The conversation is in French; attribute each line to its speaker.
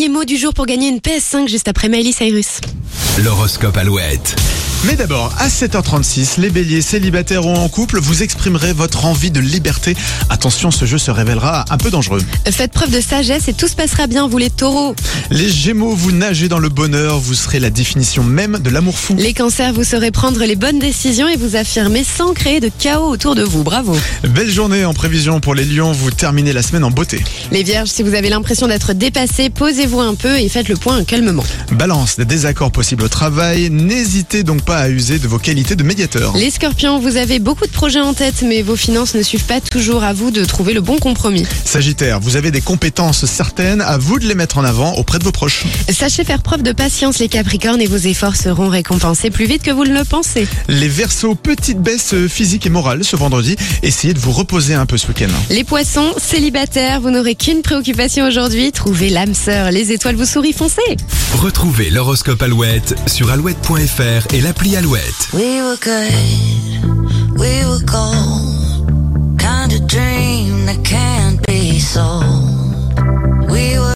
Speaker 1: les mots du jour pour gagner une PS5 juste après Miley Cyrus.
Speaker 2: L'horoscope Alouette.
Speaker 3: Mais d'abord, à 7h36, les béliers célibataires ou en couple, vous exprimerez votre envie de liberté. Attention, ce jeu se révélera un peu dangereux.
Speaker 1: Faites preuve de sagesse et tout se passera bien, vous les taureaux.
Speaker 3: Les gémeaux, vous nagez dans le bonheur, vous serez la définition même de l'amour fou.
Speaker 1: Les cancers, vous saurez prendre les bonnes décisions et vous affirmer sans créer de chaos autour de vous. Bravo.
Speaker 3: Belle journée en prévision pour les lions, vous terminez la semaine en beauté.
Speaker 1: Les vierges, si vous avez l'impression d'être dépassé, posez-vous un peu et faites le point calmement.
Speaker 3: Balance, des désaccords possibles au travail, n'hésitez donc pas à user de vos qualités de médiateur.
Speaker 1: Les scorpions, vous avez beaucoup de projets en tête, mais vos finances ne suivent pas toujours à vous de trouver le bon compromis.
Speaker 3: Sagittaire, vous avez des compétences certaines, à vous de les mettre en avant auprès de vos proches.
Speaker 1: Sachez faire preuve de patience, les capricornes, et vos efforts seront récompensés plus vite que vous ne le pensez.
Speaker 3: Les versos, petite baisse physique et morale ce vendredi, essayez de vous reposer un peu ce week-end.
Speaker 1: Les poissons, célibataires, vous n'aurez qu'une préoccupation aujourd'hui, trouver l'âme sœur. Les étoiles vous sourient, foncez
Speaker 2: Retrouvez l'horoscope Alouette sur alouette.fr et l'appli Alouette.
Speaker 4: We were good, we were gold, kind of dream.